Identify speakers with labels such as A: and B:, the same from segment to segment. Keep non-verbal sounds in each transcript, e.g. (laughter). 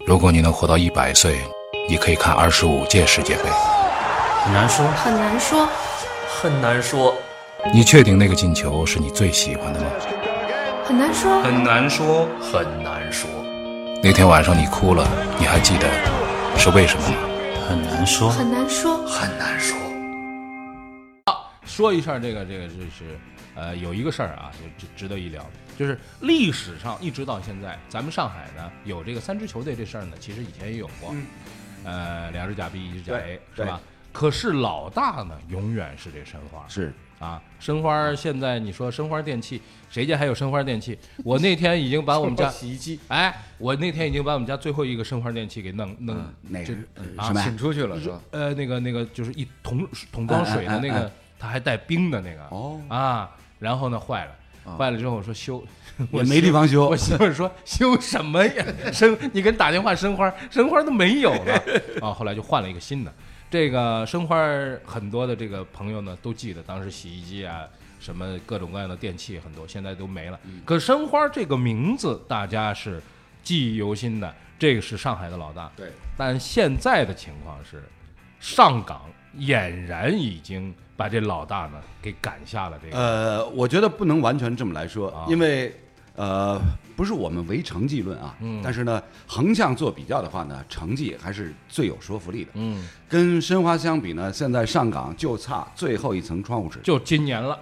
A: 如果你能活到一百岁，你可以看二十五届世界杯。
B: 很难说，
C: 很难说，
B: 很难说，
A: 你确定那个进球是你最喜欢的吗？
C: 很难说，
B: 很难说，很难说，
A: 那天晚上你哭了，你还记得是为什么吗？
D: 很难说，
C: 很难说。
B: 很难说。
E: 说一下这个这个就是，呃，有一个事儿啊，就值值得一聊，就是历史上一直到现在，咱们上海呢有这个三支球队这事儿呢，其实以前也有过，呃，两支甲 B，一支甲 A，是
F: 嗯对
E: 吧？可是老大呢，永远是这申花，
F: 是
E: 啊，申花现在你说申花电器，谁家还有申花电器？我那天已经把我们
F: (laughs)
E: 家洗衣机，哎，我那天已经把我们家最后一个申花电器给弄弄
F: 嗯哪个呃
E: 这啊
F: 什么呀？
G: 请出去了是吧？
E: 呃，那个那个就是一桶桶装水的那
F: 嗯嗯
E: 个，它还带冰的那个
F: 哦
E: 啊，然后呢坏了，坏了之后我说修，我
F: 也没地方修
E: 我媳妇儿说修什么呀？申，你给人打电话申花，申花都没有了
G: (laughs)
E: 啊。后来就换了一个新的，这个申花很多的这个朋友呢都记得当时洗衣机啊。什么各种各样的电器很多，现在都没了。
G: 嗯
E: 可申花这个名字大家是记忆犹新的，这个是上海的老大。
G: 对，
E: 但现在的情况是，上港俨然已经把这老大呢给赶下了这个。
F: (laughs) 呃，我觉得不能完全这么来说，
E: 啊
F: 因为呃，不是我们唯成绩论啊，
E: 嗯
F: 但是呢，横向做比较的话呢，成绩还是最有说服力的。
E: 嗯，
F: 跟申花相比呢，现在上港就差最后一层窗户纸，
E: 就今年了。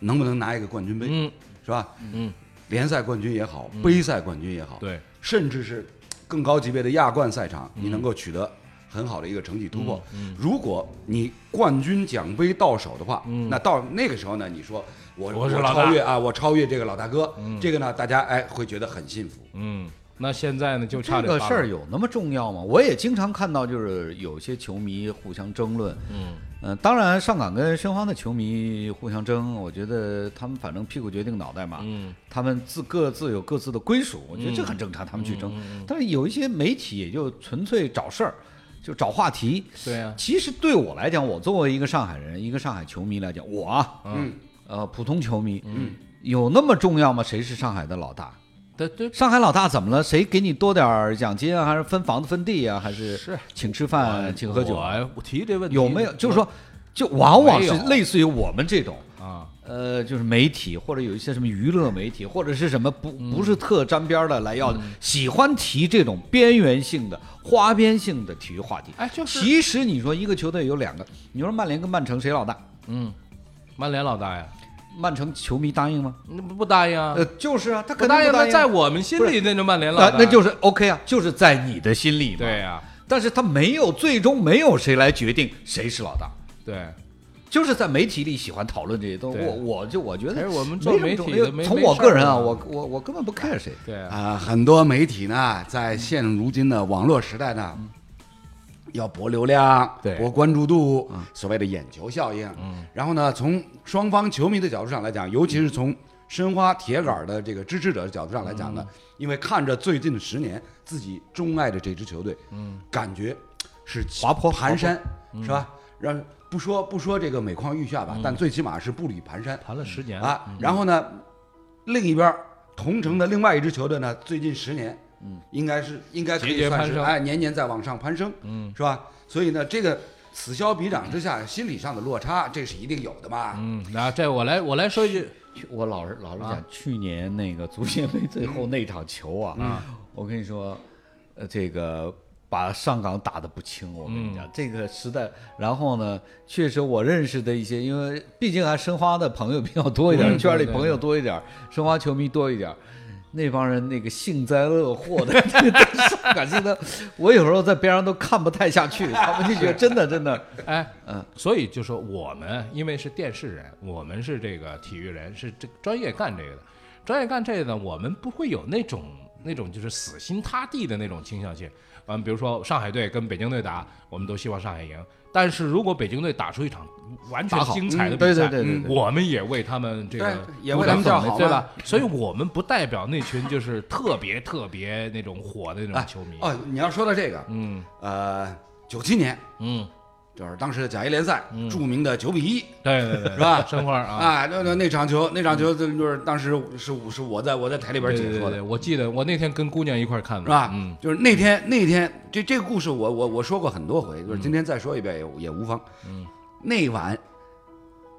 F: 能不能拿一个冠军杯，
E: 嗯，
F: 是吧？
E: 嗯，
F: 联赛冠军也好，杯赛冠军也
G: 哦
F: 好，，
E: 对，
F: 甚至是更高级别的亚冠赛场，
E: 嗯
F: 你能够取得很好的一个成绩突破。如果你冠军奖杯到手的话，那到那个时候呢，你说我
E: 嗯我是老大
F: 超越啊，我超越这个老大哥，这个呢，大家哎会觉得很幸福。
E: 嗯，那现在呢就差
G: 这
E: 这
G: 个
E: 八
G: 事儿有那么重要吗？我也经常看到，就是有些球迷互相争论。嗯，呃，当然，上港跟申花的球迷互相争，我觉得他们反正屁股决定脑袋嘛。
E: 嗯，
G: 他们自各自有各自的归属，我觉得这很正常，他们去争。但是有一些媒体也就纯粹找事儿，就找话题。
E: 对啊呀
G: 其实对我来讲，我作为一个上海人，一个上海球迷来讲，我啊，嗯，呃，普通球迷，嗯，有那么重要吗？谁是上海的老大？
E: 对对，
G: 上海老大怎么了？谁给你多点儿奖金啊？还是分房子分地啊？还是
E: 是哎
G: 请吃饭、请喝酒啊？
E: 我我提这问题
G: 有没有？就是说，就往往是
E: 没有
G: 类似于我们这种。
E: 啊，
G: 呃，就是媒体或者有一些什么娱乐媒体，或者是什么不
E: 嗯
G: 不是特沾边儿的来要的，喜欢提这种边缘性的、花边性的体育话题。
E: 哎就是
G: 其实你说一个球队有两个，你说曼联跟曼城谁老大？
E: 嗯，曼联老大呀，
G: 曼城球迷答应吗？
E: 那不不答应啊
G: 呃，，就是啊，他
E: 不
G: 肯定
E: 答应。
G: 答
E: 那
G: 应
E: 在
G: 啊。
E: 我们心
G: 不
E: 里那就曼联老
G: 那
E: 大，
G: 那就是是 OK 啊，就是在你的心里嘛。
E: 对呀，
G: 但是他没有最终没有谁来决定谁是老大，
E: 对，
G: 就是在媒体里喜欢讨论这些东西。
E: 对
G: 我我就我觉
E: 还是
G: 得
E: 我们
G: 没
E: 做
G: 什么
E: 媒
G: 重
E: 体
G: 要
E: 的没
G: 从
E: 没
G: 我
E: 事
G: 个
E: 儿
G: 人啊，
E: 啊
G: 我我我根本不 care 谁。
E: 对啊，
F: 啊、很多媒体呢，在现如今的网络时代呢，
G: 嗯
F: 要博流量，
E: 对
F: 博关注度，
G: 嗯
F: 所谓的眼球效应。然后呢，从双方球迷的角度上来讲，尤其是从申花铁杆儿的这个支持者的角度上来讲呢，
G: 嗯
F: 因为看着最近十年自己钟爱的这支球队，嗯，感觉是
G: 滑坡嗯
F: 蹒跚，是吧？让不说不说这个每况愈下吧，但最起码是步履蹒跚。
E: 谈了十年
F: 啊，然后呢，另一边儿同城的另外一支球队呢，最近十年，嗯，应该是应该可
E: 节
F: 以
E: 节
F: 算
E: 攀
F: 是
E: 升
F: 哎，年年在往上攀升，嗯，是吧？所以呢，这个此消彼长之下，心理上的落差，这是一定有的嘛。
E: 嗯，那这我来我来说一句，
G: 去我老实老实讲，去年那个足协杯最后那场球啊，我跟你说，呃，这个把上港打得不轻，我跟你讲，这个实在。然后呢，确实我认识的一些，因为毕竟还申花的朋友比较多一点，圈里朋友多一点，申花球迷多一点。那帮人那个幸灾乐祸的，上港现在我有时候在边上都看不太下去，他们就觉得真的真的，
E: 哎，嗯，所以就说我们因为是电视人，我们是这个体育人，是这专业干这个的，专业干这个的，我们不会有那种那种就是死心塌地的那种倾向性。嗯，比如说上海队跟北京队打，我们都希望上海赢。但是如果北京队打出一场完全
G: 打好
E: 精彩的
G: 嗯
E: 比赛，
G: 对对对对对
E: 我们也为他们这个
F: 对也为
E: 鼓
F: 他们
E: 掌
F: 叫好嘛
E: 对吧？所以我们不代表那群就是特别特别
F: 哎哦
E: 那种火的那种球迷。
F: 哦，你要说到这个，
E: 嗯
F: 呃，九七年
E: 嗯，
F: 就是当时的甲 A 联赛著名的九比一，
E: 对对对，
F: 是吧
E: 申花嗯啊，
F: 啊，那那那场球，那场球就是当时是我是我在我在台里边
E: 对
F: 解
E: 对
F: 说的
E: 对，，我记得我那天跟姑娘一块儿看的，
F: 是吧？
E: 嗯，
F: 就是那天那天这这个故事我我我说过很多回，就是今天再说一遍也也无妨。嗯，那晚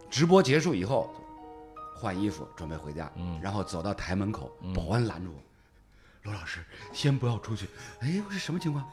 F: 直播结束以后，换衣服准备回家，嗯，然后走到台门口，
E: 嗯
F: 保安拦住我。罗老师，先不要出去。哎，我是什么情况？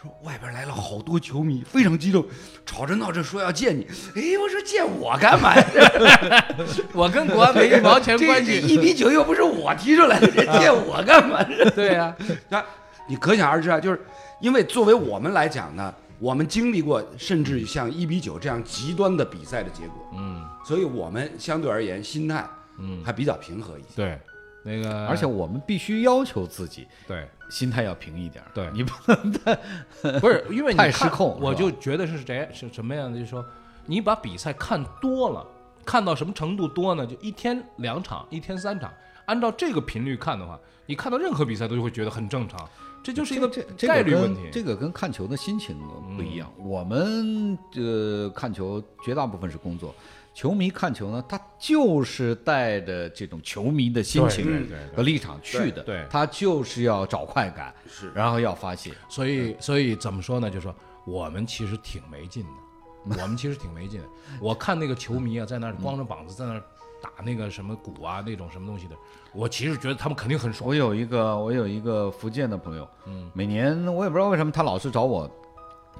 F: 说外边来了好多球迷，非常激动，吵着闹着说要见你。哎，我说见我干嘛呀？ (laughs)
E: 我跟国安没一毛钱关系，
F: 一比九又不是我提出来的，人借我干嘛？
E: 对啊呀，
F: 那你可想而知啊，就是因为作为我们来讲呢，我们经历过甚至像一比九这样极端的比赛的结果，
E: 嗯，
F: 所以我们相对而言心态，嗯，还比较平和一些。
E: (laughs) 对，那 (laughs) 个，
G: 而且我们必须要求自己
E: 对，
G: 心态要平一点儿，
E: 对
G: 你不能太
E: (laughs)
G: (laughs)
E: 不是因为你
G: 太
E: 看
G: 失控是吧
E: 我就觉得是谁是什么样的，就是说你把比赛看多了，看到什么程度多呢？就一天两场，一天三场，按照这个频率看的话，你看到任何比赛都就会觉得很正常，这就是一个
G: 这这
E: 概率
G: 个跟
E: 问题。嗯
G: 这个跟看球的心情不一样。我们呃看球绝大部分是工作，球迷看球呢，他就是带着这种球迷的心
E: 对
G: 情
E: 对对
G: 和立场去的，
E: 对对
G: 他就是要找快感，是，然后要发泄。
E: 所以，所以怎么说呢？就是说我们其实挺没劲的，我们其实挺没劲的。我看那个球迷啊，在那儿光着膀子在那儿打那个什么鼓啊，那种什么东西的，我其实觉得他们肯定很爽
G: 我。有一个我有一个福建的朋友，嗯，每年我也不知道为什么他老是找我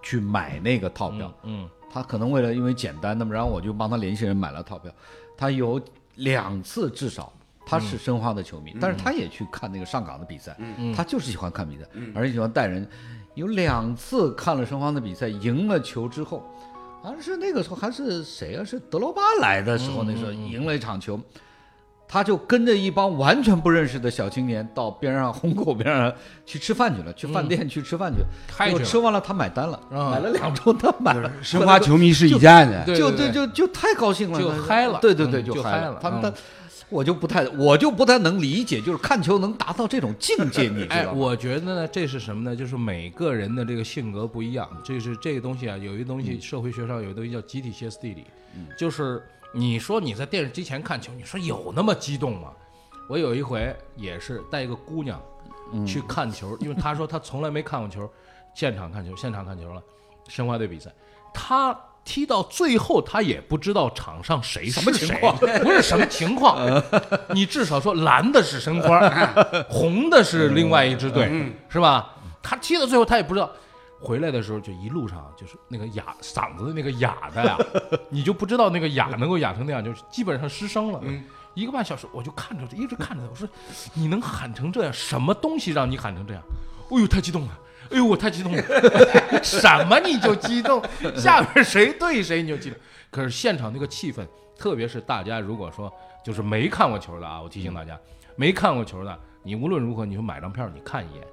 G: 去买那个套票，
E: 嗯，
G: 他可能为了因为简单，那么然后我就帮他联系人买了套票。他有两次至少他
F: 嗯
G: 是申花的球迷，但是他也去看那个上港的比赛，他就是喜欢看比赛，
F: 嗯
G: 而且喜欢带人。有两次看了申花的比赛，赢了球之后，好像是那个时候还是谁啊？是德罗巴来的时候，那时
F: 嗯
G: 候赢了一场球。他就跟着一帮完全不认识的小青年到边上虹口边上去吃饭去了，去饭
F: 嗯
G: 店去吃饭去了，
E: 嗨
G: 结果
E: 去了
G: 吃完了他买单了，买了两周他买了，
F: 申花球迷是一家人，
E: 对
G: 哎就
E: 对
G: 就就太高兴了，
E: 就
G: 他
E: 嗨了
G: 对对对，
E: 嗯就
G: 嗨
E: 嗨了
G: 他们
E: 嗯
G: 他，我就不太，我就不太能理解，就是看球能达到这种境
E: (laughs)
G: 界，你知
E: 哎，
G: 道吗？
E: 我觉得呢，这是什么呢？就是每个人的这个性格不一样，这是这个东西啊，有一东
G: 嗯
E: 西，社会学上有一东西叫集体歇斯底里，就是你说你在电视机前看球，你说有那么激动吗？我有一回也是带一个姑娘去
G: 嗯
E: 看球，因为她说她从来没看过球，现场看球，现场看球了，申花队比赛，她。踢到最后，她也不知道场上谁是
G: 什么情
E: 谁
G: 况，
E: (laughs) 不是什么情况，
G: (laughs)
E: 你至少说蓝的是申花，红的是另外一支
G: 嗯
E: 队，是吧？他踢到最后他也不知道，回来的时候就一路上就是那个哑嗓子的那个哑的
G: (laughs)
E: 呀，你就不知道那个哑能够哑成那样，就是基本上失声了。
G: 嗯
E: 一个半小时，我就看着他，一直看着他，我说你能喊成这样，什么东西让你喊成这样？哎呦，太激动了！哎呦，我太激动了！什么你就激动？下边谁对谁你就激动。可是现场那个气氛，特别是大家如果说就是没看过球的啊，我提醒大家，没看过球的，你无论如何你就买张票，你看一眼，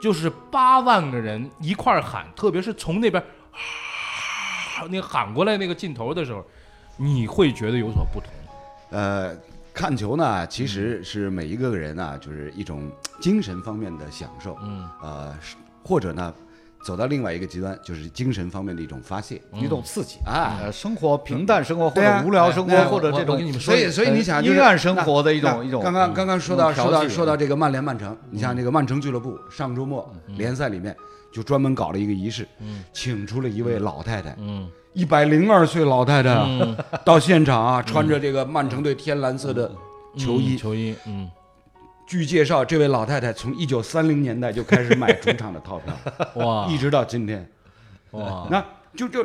E: 就是八万个人一块儿喊，特别是从那边啊那喊过来那个劲头的时候，你会觉得有所不同。
F: 呃。看球呢，其实是每一个人呢、就是一种精神方面的享受，嗯，呃，是或者呢，走到另外一个极端，就是精神方面的一种发泄，
G: 一种刺激
F: 啊
G: 呃生活平淡生活或
F: 对啊
G: 者无聊生活
F: 对啊
G: 或者
E: 嗯我
G: 这种
E: 我跟你们
F: 所以，所以你想，就是
G: 阴暗生活的一
F: 那
G: 种一种。嗯
F: 刚
E: 嗯
F: 刚刚刚说到
G: 一种
F: 说
G: 调
F: 到
G: 剂嗯
F: 说到这个曼联曼城，你像这个曼城俱乐部上周末联赛里面就专门搞了一个仪式，
G: 嗯
F: 请出了一位老太太，
E: 嗯，
F: 一百零二岁老太太啊，
G: 嗯
F: 到现场啊，穿着这个曼城队天蓝色的球衣。
E: 球衣，嗯，
F: 据介绍，这位老太太从一九三零年代就开始买主场的套票，
E: 哇
F: 一直到今天。
E: 哇，
F: 那就就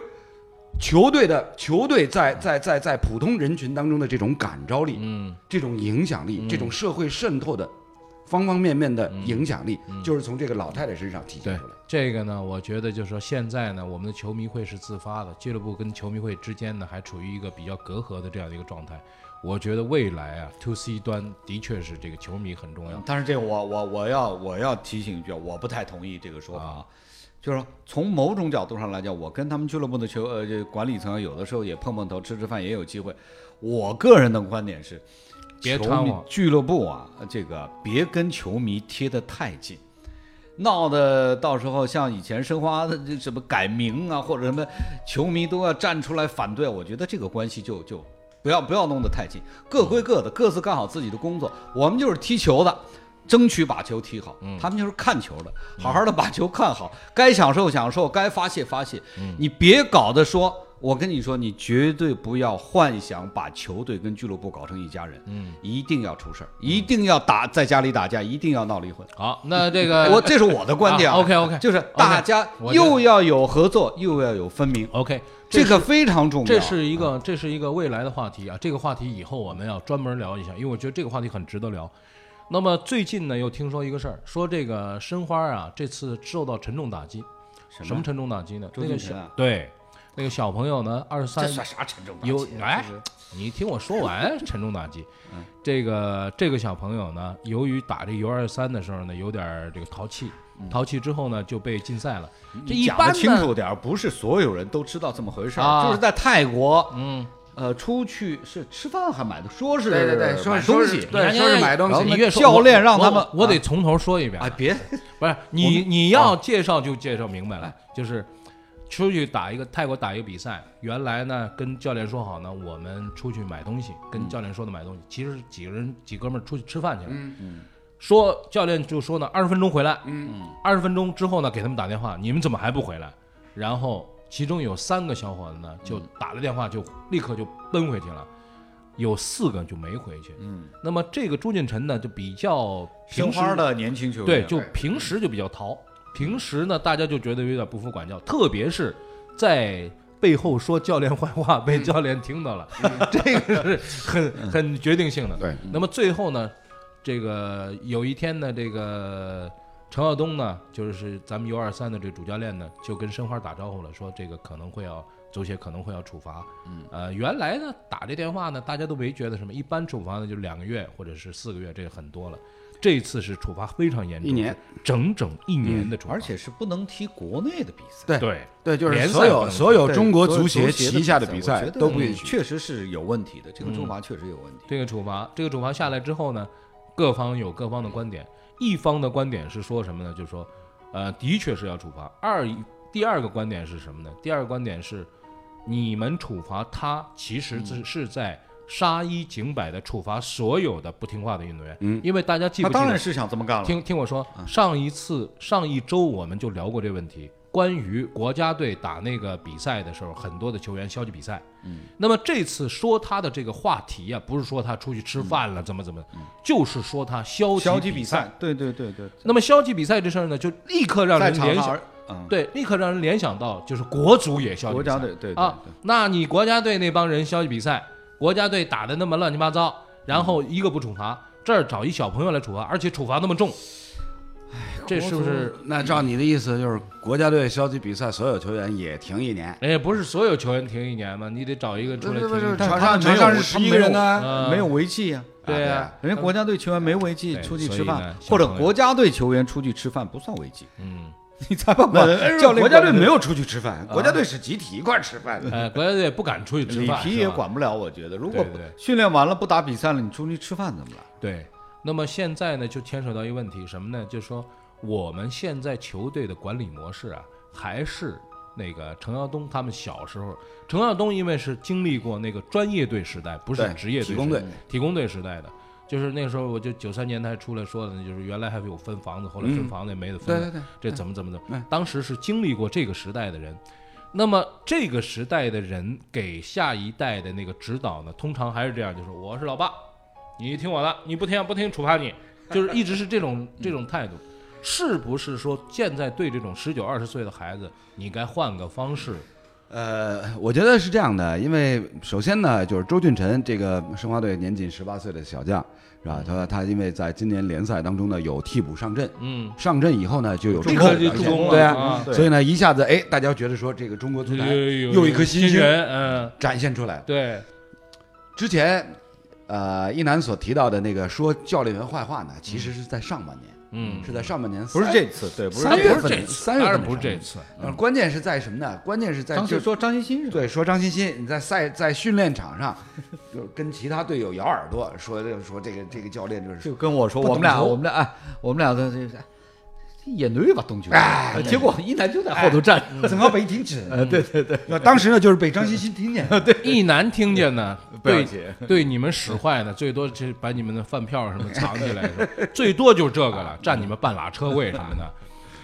F: 球队的球队在在在在普通人群当中的这种感召力，
E: 嗯，
F: 这种影响力，这种社会渗透的方方面面的影响力，就是从这个老太太身上体现
E: 对
F: 出来。
E: 这个呢，我觉得就是说，现在呢，我们的球迷会是自发的，俱乐部跟球迷会之间呢，还处于一个比较隔阂的这样的一个状态。我觉得未来啊，to C 端的确是这个球迷很重要。
G: 但是这个我我我要我要提醒一句，啊我不太同意这个说法啊，就是说从某种角度上来讲，我跟他们俱乐部的球呃这管理层有的时候也碰碰头吃吃饭也有机会。我个人的观点是，
E: 别
G: 球
E: 掺
G: 迷
E: 和
G: 俱乐部啊，这个别跟球迷贴得太近。闹的到时候像以前申花的这什么改名啊，或者什么球迷都要站出来反对，我觉得这个关系就就不要不要弄得太近，各归各的，各自干好自己的工作。我们就是踢球的。争取把球踢好，
E: 嗯
G: 他们就是看球的，好好的把球看好，该享受享受，该发泄发泄。
E: 嗯
G: 你别搞得说，我跟你说，你绝对不要幻想把球队跟俱乐部搞成一家人，嗯，一定要出事儿，一定要打在家里打架，一定要闹离婚。
E: 好，那这个
G: (laughs) 我这是我的观点
E: 呃啊，OK，OK，
G: 就是
E: OK，
G: 大家
E: 我觉得
G: 又要有合作，又要有分明，
E: OK，
G: 这个非常重要。
E: 这是一个这是一个未来的话题啊，这个话题以后我们要专门聊一下，因为我觉得这个话题很值得聊。那么最近呢，又听说一个事儿，说这个申花啊，这次受到沉重打击。
G: 什
E: 什么沉重打击呢？
G: 周
E: 那个
G: 俊
E: 小
G: 辰啊
E: 对，那个小朋友呢，二十三
G: 这算啥沉重打击啊
E: 有哎
G: 这是，
E: 你听我说完， (laughs) 沉重打击。这个这个小朋友呢，由于打这 U 二三的时候呢，有点儿这个淘气，淘气之后呢就被禁赛了。这
G: 你
E: 一
G: 讲得
E: 般
G: 清
E: 呢
G: 楚点儿，不是所有人都知道这么回事儿、
E: 啊
G: 就是在泰国，
E: 嗯，
G: 呃，出去是吃饭还买的，说是
F: 对对对，说
G: 买
F: 是说
G: 东
F: 是
G: 西，
F: 对，说是买东
E: 然后
F: 西
E: 你，越说
G: 教练
E: 我
G: 让他们
E: 我我得从头说一遍
G: 啊，别
E: 不是你你要介绍就介绍明白了，就是出去打一个泰国打一个比赛，原来呢跟教练说好呢，我们出去买东西，跟教练说的买
G: 嗯
E: 东西，其实几个人几哥们儿出去吃饭去了，说教练就说呢二十分钟回来，
G: 嗯
E: 二十分钟之后呢给他们打电话，你们怎么还不回来？然后其中有三个小伙子呢就打了电话就立刻就奔回去了。有四个就没回去，嗯，那么这个朱俊辰呢，就比较平
G: 平
E: 时
G: 花的年轻球员，
E: 对，就平时就比较淘，平时呢大家就觉得有点不服管教，特别是在背后说教练坏话被教练听到了，这个是很很决定性的。
F: 对，
E: 那么最后呢，这个有一天呢，这个陈耀东呢，就是咱们 U 二三的这个主教练呢，就跟申花打招呼了，说这个可能会要足协可能会要处罚。嗯，呃，原来呢打这电话呢，大家都没觉得什么，一般处罚呢就两个月或者是四个月，这个很多了。这次是处罚非常严重，
F: 一年
E: 是整整一年的处罚，
G: 嗯而且是不能踢国内的比赛。
F: 对
E: 对
F: 对，就
E: 联
F: 是
E: 赛
F: 所
E: 不
F: 有
E: 能
F: 所有
G: 对
F: 中国
G: 所有
F: 足协
G: 的
F: 旗下的比
G: 我
F: 赛
G: 觉得
F: 都不允许。
G: 确实是有问题的，这个处罚确实有问题。
E: 这个处罚，这个处罚下来之后呢，各方有各方的观点。一方的观点是说什么呢？就是说，呃，的确是要处罚。二，第二个观点是什么呢？第二个观点是，你们处罚他，其实
G: 嗯
E: 是是在杀一儆百的处罚所有的不听话的运动员。嗯，因为大家记
G: 他
E: 不记
G: 当
E: 得
G: 然是想这么干了，嗯
E: 听听我说，上一次上一周我们就聊过这问题，关于国家队打那个比赛的时候，很多的球员消极比赛。嗯，那么这次说他的这个话题啊，不是说他出去吃饭了怎么怎么，就是说他消
G: 嗯消极
E: 极
G: 比
E: 比。
G: 赛，对对对对，
E: 那么消极比赛这事儿呢，就立刻让
G: 在
E: 人
G: 场
E: 联
G: 上
E: 想
G: 而，嗯，
E: 对，立刻让人联想到就是国足也消极
G: 国
E: 比赛
G: 家队对对
E: 啊，那你国家队那帮人消极比赛，国家队打的那么乱七八糟，然后一个不处罚，这儿找一小朋友来处罚，而且处罚那么重，
G: 哎
E: 这是不是？
F: 那照你的意思，就是国家队消极比赛所有球员也停一年？
E: 哎，不是所有球员停一年吗？你得找一个出来
F: 不是不
E: 停
F: 是
E: 一年。
F: 场上场上是十一个人呢，
E: 嗯
G: 没有违纪呀。啊
E: 对呀、
G: 人家国家队球员没违纪
E: 对
G: 出去吃
E: 所以呢
G: 饭，
E: 小
G: 或者
E: 朋友
G: 国家队球员出去吃饭不算违纪。
E: 嗯，
G: (laughs) 你才把管啊
F: 教
G: 教练
F: 国家队没有出去吃饭，国家队是集体一块儿 (laughs) 吃饭的。
E: 呃，国家队不敢出去吃
G: 里
E: 饭，
G: 皮
E: 是
G: 也
E: 吧
G: 管不了，我觉得如果
E: 对对对
G: 训练完了不打比赛了，你出去吃饭怎么了？
E: 对，那么现在呢，就牵扯到一个问题，什么呢？就是说我们现在球队的管理模式啊，还是那个程耀东他们小时候，程耀东因为是经历过那个专业队时代，不是
F: 对
E: 职业队时代
F: 体工队，
E: 体工队时代的。就是那时候，我就九三年他还出来说的呢，就是原来还有分房子，后来分房子也没得分了，
F: 对对对嗯
E: 这怎么怎么怎么，当时是经历过这个时代的人，那么这个时代的人给下一代的那个指导呢，通常还是这样，就是我是老爸，你听我的，你不听不听处罚 (laughs) 你，就是一直是这种这种态度。是不是说现在对这种十九二十岁的孩子，你该换个方式？
F: 呃，我觉得是这样的，因为首先呢，就是周俊辰这个申花队年仅十八岁的小将，是吧？他他因为在今年联赛当中呢有替补上阵，
E: 嗯，
F: 上阵以后呢就有
E: 立
F: 中
E: 刻
F: 后
E: 就
F: 表
E: 助
F: 现
E: 攻了，
F: 对啊，
E: 啊，
F: 所以呢一下子哎，大家觉得说这个中国足
E: 哎有
F: 坛
E: 有
F: 又一颗
E: 新
F: 新星
E: 人，嗯，
F: 展现出来了。
E: 对，
F: 之前，呃，一楠所提到的那个说教练员坏话呢，其实是在上半年，
E: 嗯，
F: 是在上半年，
G: 不是这次，对，不是
F: 三
G: 这
F: 月
E: 不
F: 份
E: 是这次，
F: 三月
E: 当
F: 份
E: 然
F: 的
E: 不是
F: 时候
E: 这次，
F: 呃关键是在什么呢？关键是在
G: 当
F: 就
G: 时说张欣欣是吧？
F: 对说张欣欣在赛在训练场上， (laughs) 就跟其他队友咬耳朵，说说这个这个教练就是
G: 就跟我说
F: 不懂
G: 我们俩
F: 球
G: 我们俩哎，我们俩的这也没有把东决定，哎，结果一男就在后头站着，
F: 怎么被停止？
G: 呃，对对对， (laughs)
F: 那当时呢，就是被张欣欣听见，对，
E: 一男听见 (laughs) 呢，
G: 不要
E: 对
G: 紧
E: 对你们使坏 (laughs) 呢，最多就把你们的饭票什么藏起来是吧，最多就这个 (laughs) 了，占你们半拉车位什么的。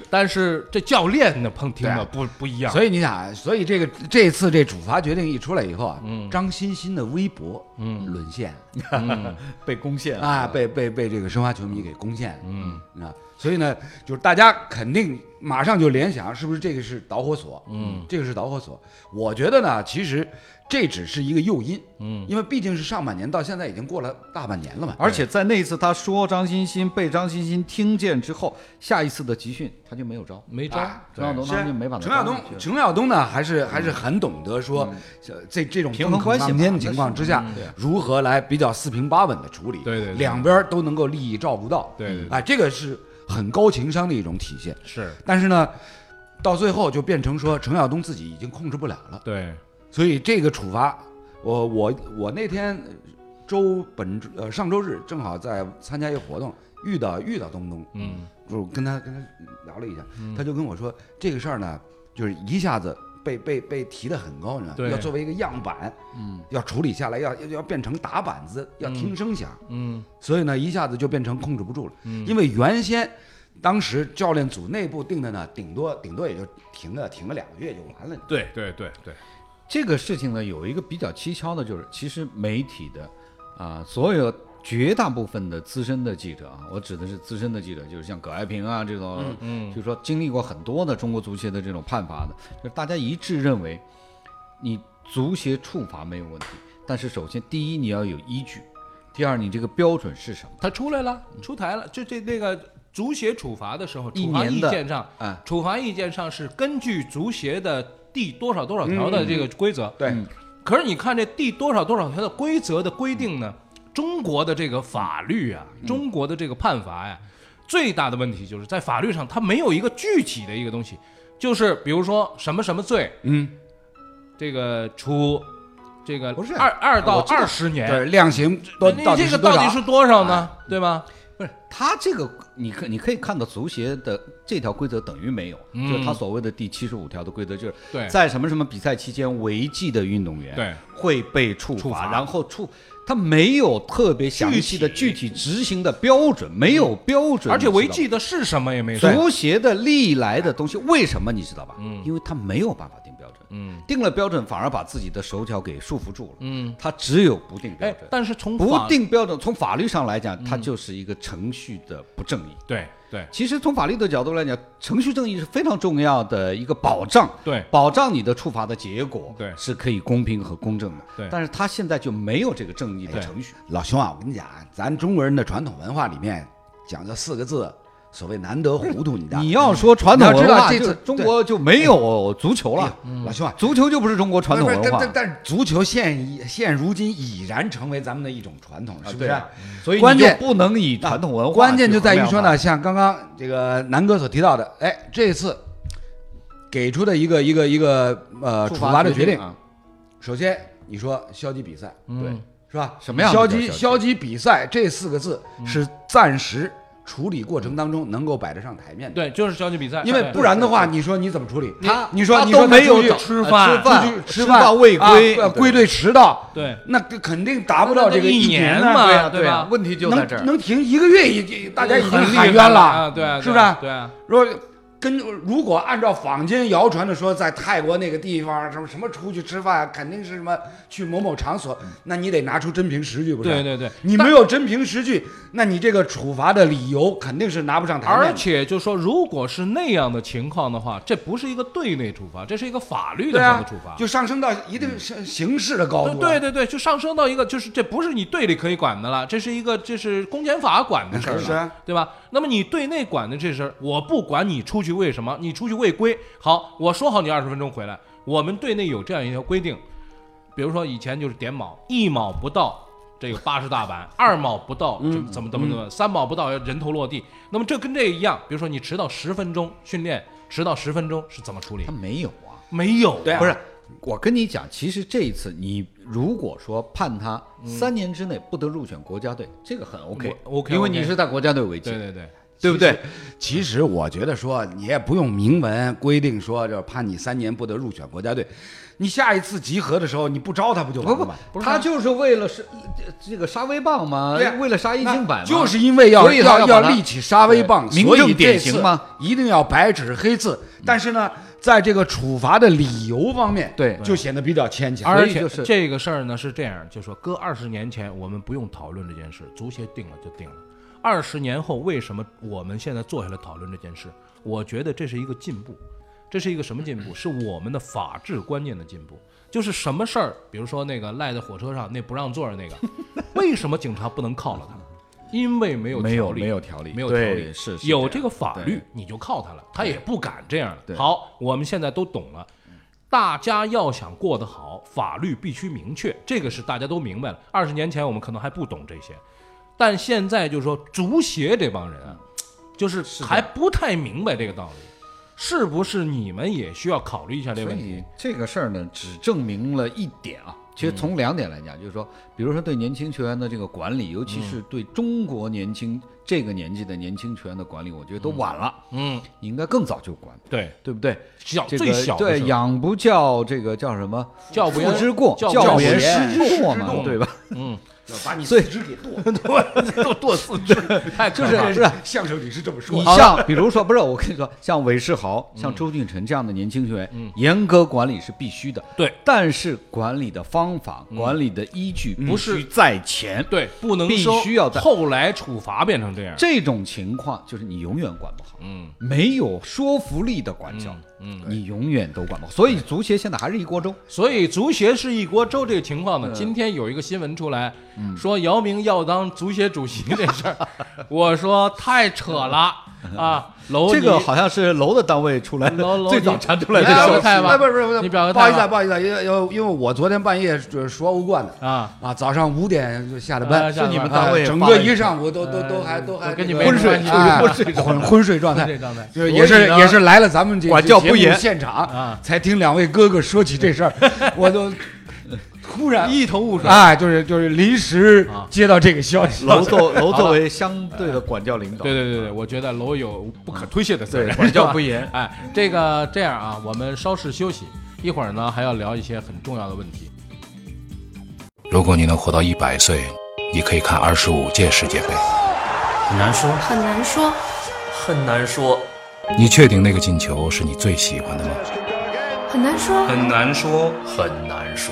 E: 但是这教练呢，碰听
F: 对
E: 的
F: 啊
E: 不不一样，
F: 所以你想，所以这个这次这处罚决定一出来以后啊，
G: 嗯
F: 张欣欣的微博嗯沦陷了
G: 被攻陷了
F: 啊，被被被这个申花球迷给攻陷了，嗯啊，所以呢，就是大家肯定马上就联想，是不是这个是导火索？嗯，这个是导火索。我觉得呢，其实这只是一个诱因，嗯，因为毕竟是上半年到现在已经过了大半年了嘛，
G: 而且在那一次他说张欣欣被张欣欣听见之后，下一次的集训他就没有招，
E: 没招
F: 啊
G: 陈晓东
F: 是
G: 他们就没把他
F: 陈晓
G: 招
F: 东
G: 进去，
F: 陈晓东呢，还是还是很懂得说，呃在这种
G: 平衡关系嘛
F: 争锋的情况之下
G: 那是嗯，
F: 如何来比较四平八稳的处理，
E: 对对对
F: 两边都能够利益照顾到，
E: 对对对
F: 啊，这个是很高情商的一种体现。
E: 是
F: 但是呢，到最后就变成说陈晓东自己已经控制不了了，
E: 对，
F: 所以这个处罚，我我我那天周本呃上周日正好在参加一个活动，遇到遇到东东，
E: 嗯
F: 就是跟他跟他聊了一下，他就跟我说这个事儿呢，就是一下子被被被提得很高，你知道吗，
E: 对
F: 要作为一个样板，嗯，要处理下来，要要要变成打板子，要听声响，
E: 嗯
F: 所以呢，一下子就变成控制不住了，因为原先。当时教练组内部定的呢，顶多顶多也就停个停个两个月就完了。
E: 对对对对，
G: 这个事情呢，有一个比较蹊跷的，就是其实媒体的啊、所有绝大部分的资深的记者啊，我指的是资深的记者，就是像葛爱平啊这种，嗯，就是说经历过很多的中国足协的这种判罚的，就是大家一致认为，你足协处罚没有问题，但是首先第一你要有依据，第二你这个标准是什么？
E: 他出来了，
F: 嗯
E: 出台了，就这那个足协处罚的时候，
G: 一
E: 处罚
G: 年
E: 意
G: 的
E: 见上，
G: 哎
E: 处罚意见上是根据足协的第多少多少条的这个规则，
F: 嗯
E: 嗯
F: 对，
E: 可是你看这第多少多少条的规则的规定呢？中国的这个法律啊，
F: 嗯
E: 中国的这个判罚呀、最大的问题就是在法律上它没有一个具体的一个东西，就是比如说什么什么罪，
F: 嗯，
E: 这个处这个
F: 不是啊
E: 二二到
F: 我知道
E: 二十年，
F: 对，量刑多
E: 你
F: 到底
E: 这
F: 是
E: 个
F: 多
E: 到
F: 少啊
E: 底？是多少呢？对吧？
G: 不是他这个，你可你可以看到足协的这条规则等于没有，就是他所谓的第七十五条的规则，就是
E: 嗯对
G: 在什么什么比赛期间违纪的运动员
E: 对
G: 会被处罚，
E: 处罚
G: 然后处他没有特别详细的具体执行的标准，没有标准，
E: 嗯而且
G: 你知道
E: 违
G: 吧
E: 纪的是什么也没说。
G: 足协的历来的东西，为什么你知道吧？嗯，因为他没有办法定标准，嗯，定了标准反而把自己的手脚给束缚住了，嗯，他只有不定标
E: 哎
G: 准，，
E: 但是从
G: 不
E: 法
G: 定标准，从法律上来
F: 嗯
G: 讲，它就是一个程序的不正义。
E: 对对
G: 其实从法律的角度来讲，程序正义是非常重要的一个保障，
E: 对
G: 保障你的处罚的结果，
E: 对
G: 是可以公平和公正的。
E: 对
G: 但是他现在就没有这个正义的程序，
F: 老兄啊，我跟你讲啊，咱中国人的传统文化里面讲究四个字，所谓难得糊涂，你知道吗？
G: 你要说传统
F: 嗯你要
G: 文
F: 知道
G: 化，
F: 这次
G: 就是
F: 对
G: 中国就没有足球
F: 哎
G: 了
F: 呀，老兄啊，
G: 足球就不是中国传统文
F: 不是
G: 化
F: 但。但但足球现现如今已然成为咱们的一种传统，是不是？
G: 对所以你
F: 关键
G: 就不能以传统文化去衡量它，
F: 关键就在于说呢，像刚刚这个南哥所提到的，哎，这次给出的一个一个一个呃处罚的决定，
G: 啊，
F: 首先你说消极比赛，
G: 对，
F: 是吧？
G: 什么样的
F: 消
G: 叫
F: 极
G: 消极
F: 消极比赛这四个字是暂时处理过程当中能够摆得上台面的，
E: 对，就是消极比赛，
F: 因为
E: 对
F: 不然的话，你说你怎么处理？
G: 他
F: 你说
G: 他
F: 你
G: 都
F: 说他
G: 没有
F: 出去
G: 找
E: 吃
G: 呃
E: 饭
G: 吃
F: 出去
G: 饭
F: 吃
G: 饭未归，
F: 啊呃归队迟到，
E: 对
F: 那这肯定达不到这个
E: 一
F: 年
E: 年
F: 呢
E: 嘛
F: 对啊
E: 对吧
G: 问题就在这
F: 能
G: 儿。
F: 能停一个月也也大家已经
E: 很厉
F: 喊冤
E: 害
F: 了
E: 啊，对啊，
F: 是不是？
E: 对啊，
F: 如果跟如果按照坊间谣传的说，在泰国那个地方什么什么出去吃饭，啊肯定是什么去某某场所，那你得拿出真凭实据，不
E: 嗯
F: 是？
E: 对对对
F: 你没有真凭实据，那你这个处罚的理由肯定是拿不上台面的。
E: 而且就说，如果是那样的情况的话，这不是一个对内处罚，这是一个法律的
F: 对
E: 上
F: 啊
E: 的处罚。，
F: 就上升到一定是刑事的高
E: 对
F: 度、
E: 对，对对，就上升到一个，就是这不是你队里可以管的了，这是一个这是公检法管的事儿了，
F: 是啊
E: 对吧？那么你队内管的这事儿，我不管你出去为什么，你出去未归，好，我说好你二十分钟回来，我们队内有这样一条规定，比如说以前就是点卯，一卯不到这个八十大板，二卯不到
F: 嗯
E: 就怎么怎么怎么，三卯不到要人头落地。那么这跟这一样，比如说你迟到十分钟训练，迟到十分钟是怎么处理
G: 他？没有啊，
E: 没有，
F: 对啊
G: 不是，我跟你讲，其实这一次你如果说判他
F: 嗯
G: 三年之内不得入选国家队，这个很 OK，
E: 我，OK，
G: 因为
E: OK
G: 你是在国家队违纪
E: 对。对对，
F: 对不对？其实我觉得说，你也不用明文规定说，这判你三年不得入选国家队。你下一次集合的时候，你不招他不就完了吗？
G: 他就是为了是这个杀威棒嘛，
F: 对呀啊
G: 为了杀一清百嘛，
F: 就是因为要
G: 所以
F: 要
G: 他要把它
F: 立起杀威棒，
G: 对
F: 所
G: 明
F: 以
G: 正
F: 这
G: 典
F: 次
G: 型嘛，
F: 一定要白纸黑字。但是呢，在这个处罚的理由方面，
G: 对
F: 就显得比较牵强。
E: 而
G: 以
E: 且
G: 就是
E: 这个事儿呢是啊这样，就说搁二十年前我们不用讨论这件事，足协定了就定了。二十年后为什么我们现在坐下来讨论这件事？我觉得这是一个进步，这是一个什么进步？是我们的法治观念的进步。就是什么事儿，比如说那个赖在火车上那不让座儿
G: (laughs)
E: 那个，为什么警察不能铐了他？因为没有
G: 没
E: 条
G: 有
E: 例
G: 没有条例
E: 没有条
G: 对
E: 例
G: 是是
E: 有这
G: 这样
E: 个法律
G: 对
E: 你就铐他了，他也不敢这样了。
G: 对
E: 好，我们现在都懂了。大家要想过得好，法律必须明确，这个是大家都明白了。二十年前我们可能还不懂这些，但现在就是说，足协这帮人啊，
G: 嗯
E: 就是还不太明白这个道理，是不是？你们也需要考虑一下这个问
G: 所
E: 题
G: 以。这个事儿呢，只证明了一点啊。
E: 嗯
G: 其实从两点来讲，就是说，比如说对年轻球员的这个管理，尤
E: 嗯
G: 其是对中国年轻这个年纪的年轻球员的管理，我觉得都晚了，
E: 嗯，
G: 你应该更早就管，
E: 对，
G: 对不对？
E: 小
G: 这个
E: 最小的
G: 对
E: 时候
G: 养不教这个叫什么？
E: 教不
G: 父
E: 严
G: 之过，
E: 教
G: 教
E: 不
G: 不
E: 严
G: 严
E: 师
G: 师
E: 之
G: 过
E: 过
G: 嘛，
E: 嘛
G: 对吧？
E: 嗯，
F: 把你
G: 所以
F: 四肢给剁，
E: 都剁四肢，太可
G: 就是
E: 怕了
G: 不是
F: 相声里是这么说
G: 你
F: 的。
G: 像比如说，不是我跟你说，像韦世豪、
E: 嗯
G: 像周俊辰这样的年轻球员，严格管理是必须的。
E: 对，嗯
G: 但是管理的方法、管理的依据
E: 不
G: 不
E: 是
G: 是在前。
E: 对，不能
G: 必
E: 收
G: 须要在
E: 后来处罚变成这样。
G: 这种情况就是你永远管不好，
E: 嗯，
G: 没有说服力的管教，
E: 嗯
G: 你永远都管不好。所以足协现在还是一锅粥。
E: 所以足协是一锅粥这个情
F: 嗯
E: 况呢，今天有一个新闻出来，说姚明要当足协主席这事
F: (laughs)
E: 儿，我说太扯了啊！楼
G: 这个
E: 你
G: 好像是楼的单位出来
E: 楼楼
G: 最早
E: 你
G: 传出来的
E: 你
G: 消
E: 表个
G: 息。
E: 态吧
F: 哎不是不是不是，
E: 你表个
F: 不好意思
E: 态吧
F: 啊，不好意思啊，因为因为因为我昨天半夜就是呃说欧冠的
E: 啊
F: 啊，早上五点就下的
E: 啊
F: 班，
E: 下的班是你们
G: 单位
F: 啊
G: 发
F: 整
G: 了
F: 个
G: 哎一
F: 一上午都都都还都还
E: 跟你
F: 这个
E: 没什么关系
F: 哎
E: 昏 (laughs)
F: 昏昏睡状态，
E: 这状态
F: 就是也
G: 所
F: 是
G: 以呢
F: 也是来了咱们这
G: 管教不严
F: 这节目现场
E: 啊
F: 才听两位哥哥说起这事儿，我都突然
E: 一头雾水。
F: 哎，就是就是临时接到这个消息，
G: 楼作楼作为相对的管教领导，
E: 对对对对，我觉得楼有不可推卸的责任，
G: 管教不
E: (laughs)
G: 严
E: 哎，这个这样啊，我们稍事休息，一会儿呢还要聊一些很重要的问题。
A: 如果你能活到一百岁，你可以看二十五届世界杯。
B: 很难说，
C: 很难说，
B: 很难说，
A: 你确定那个进球是你最喜欢的吗？
C: 很难说，
B: 很难说，很难说，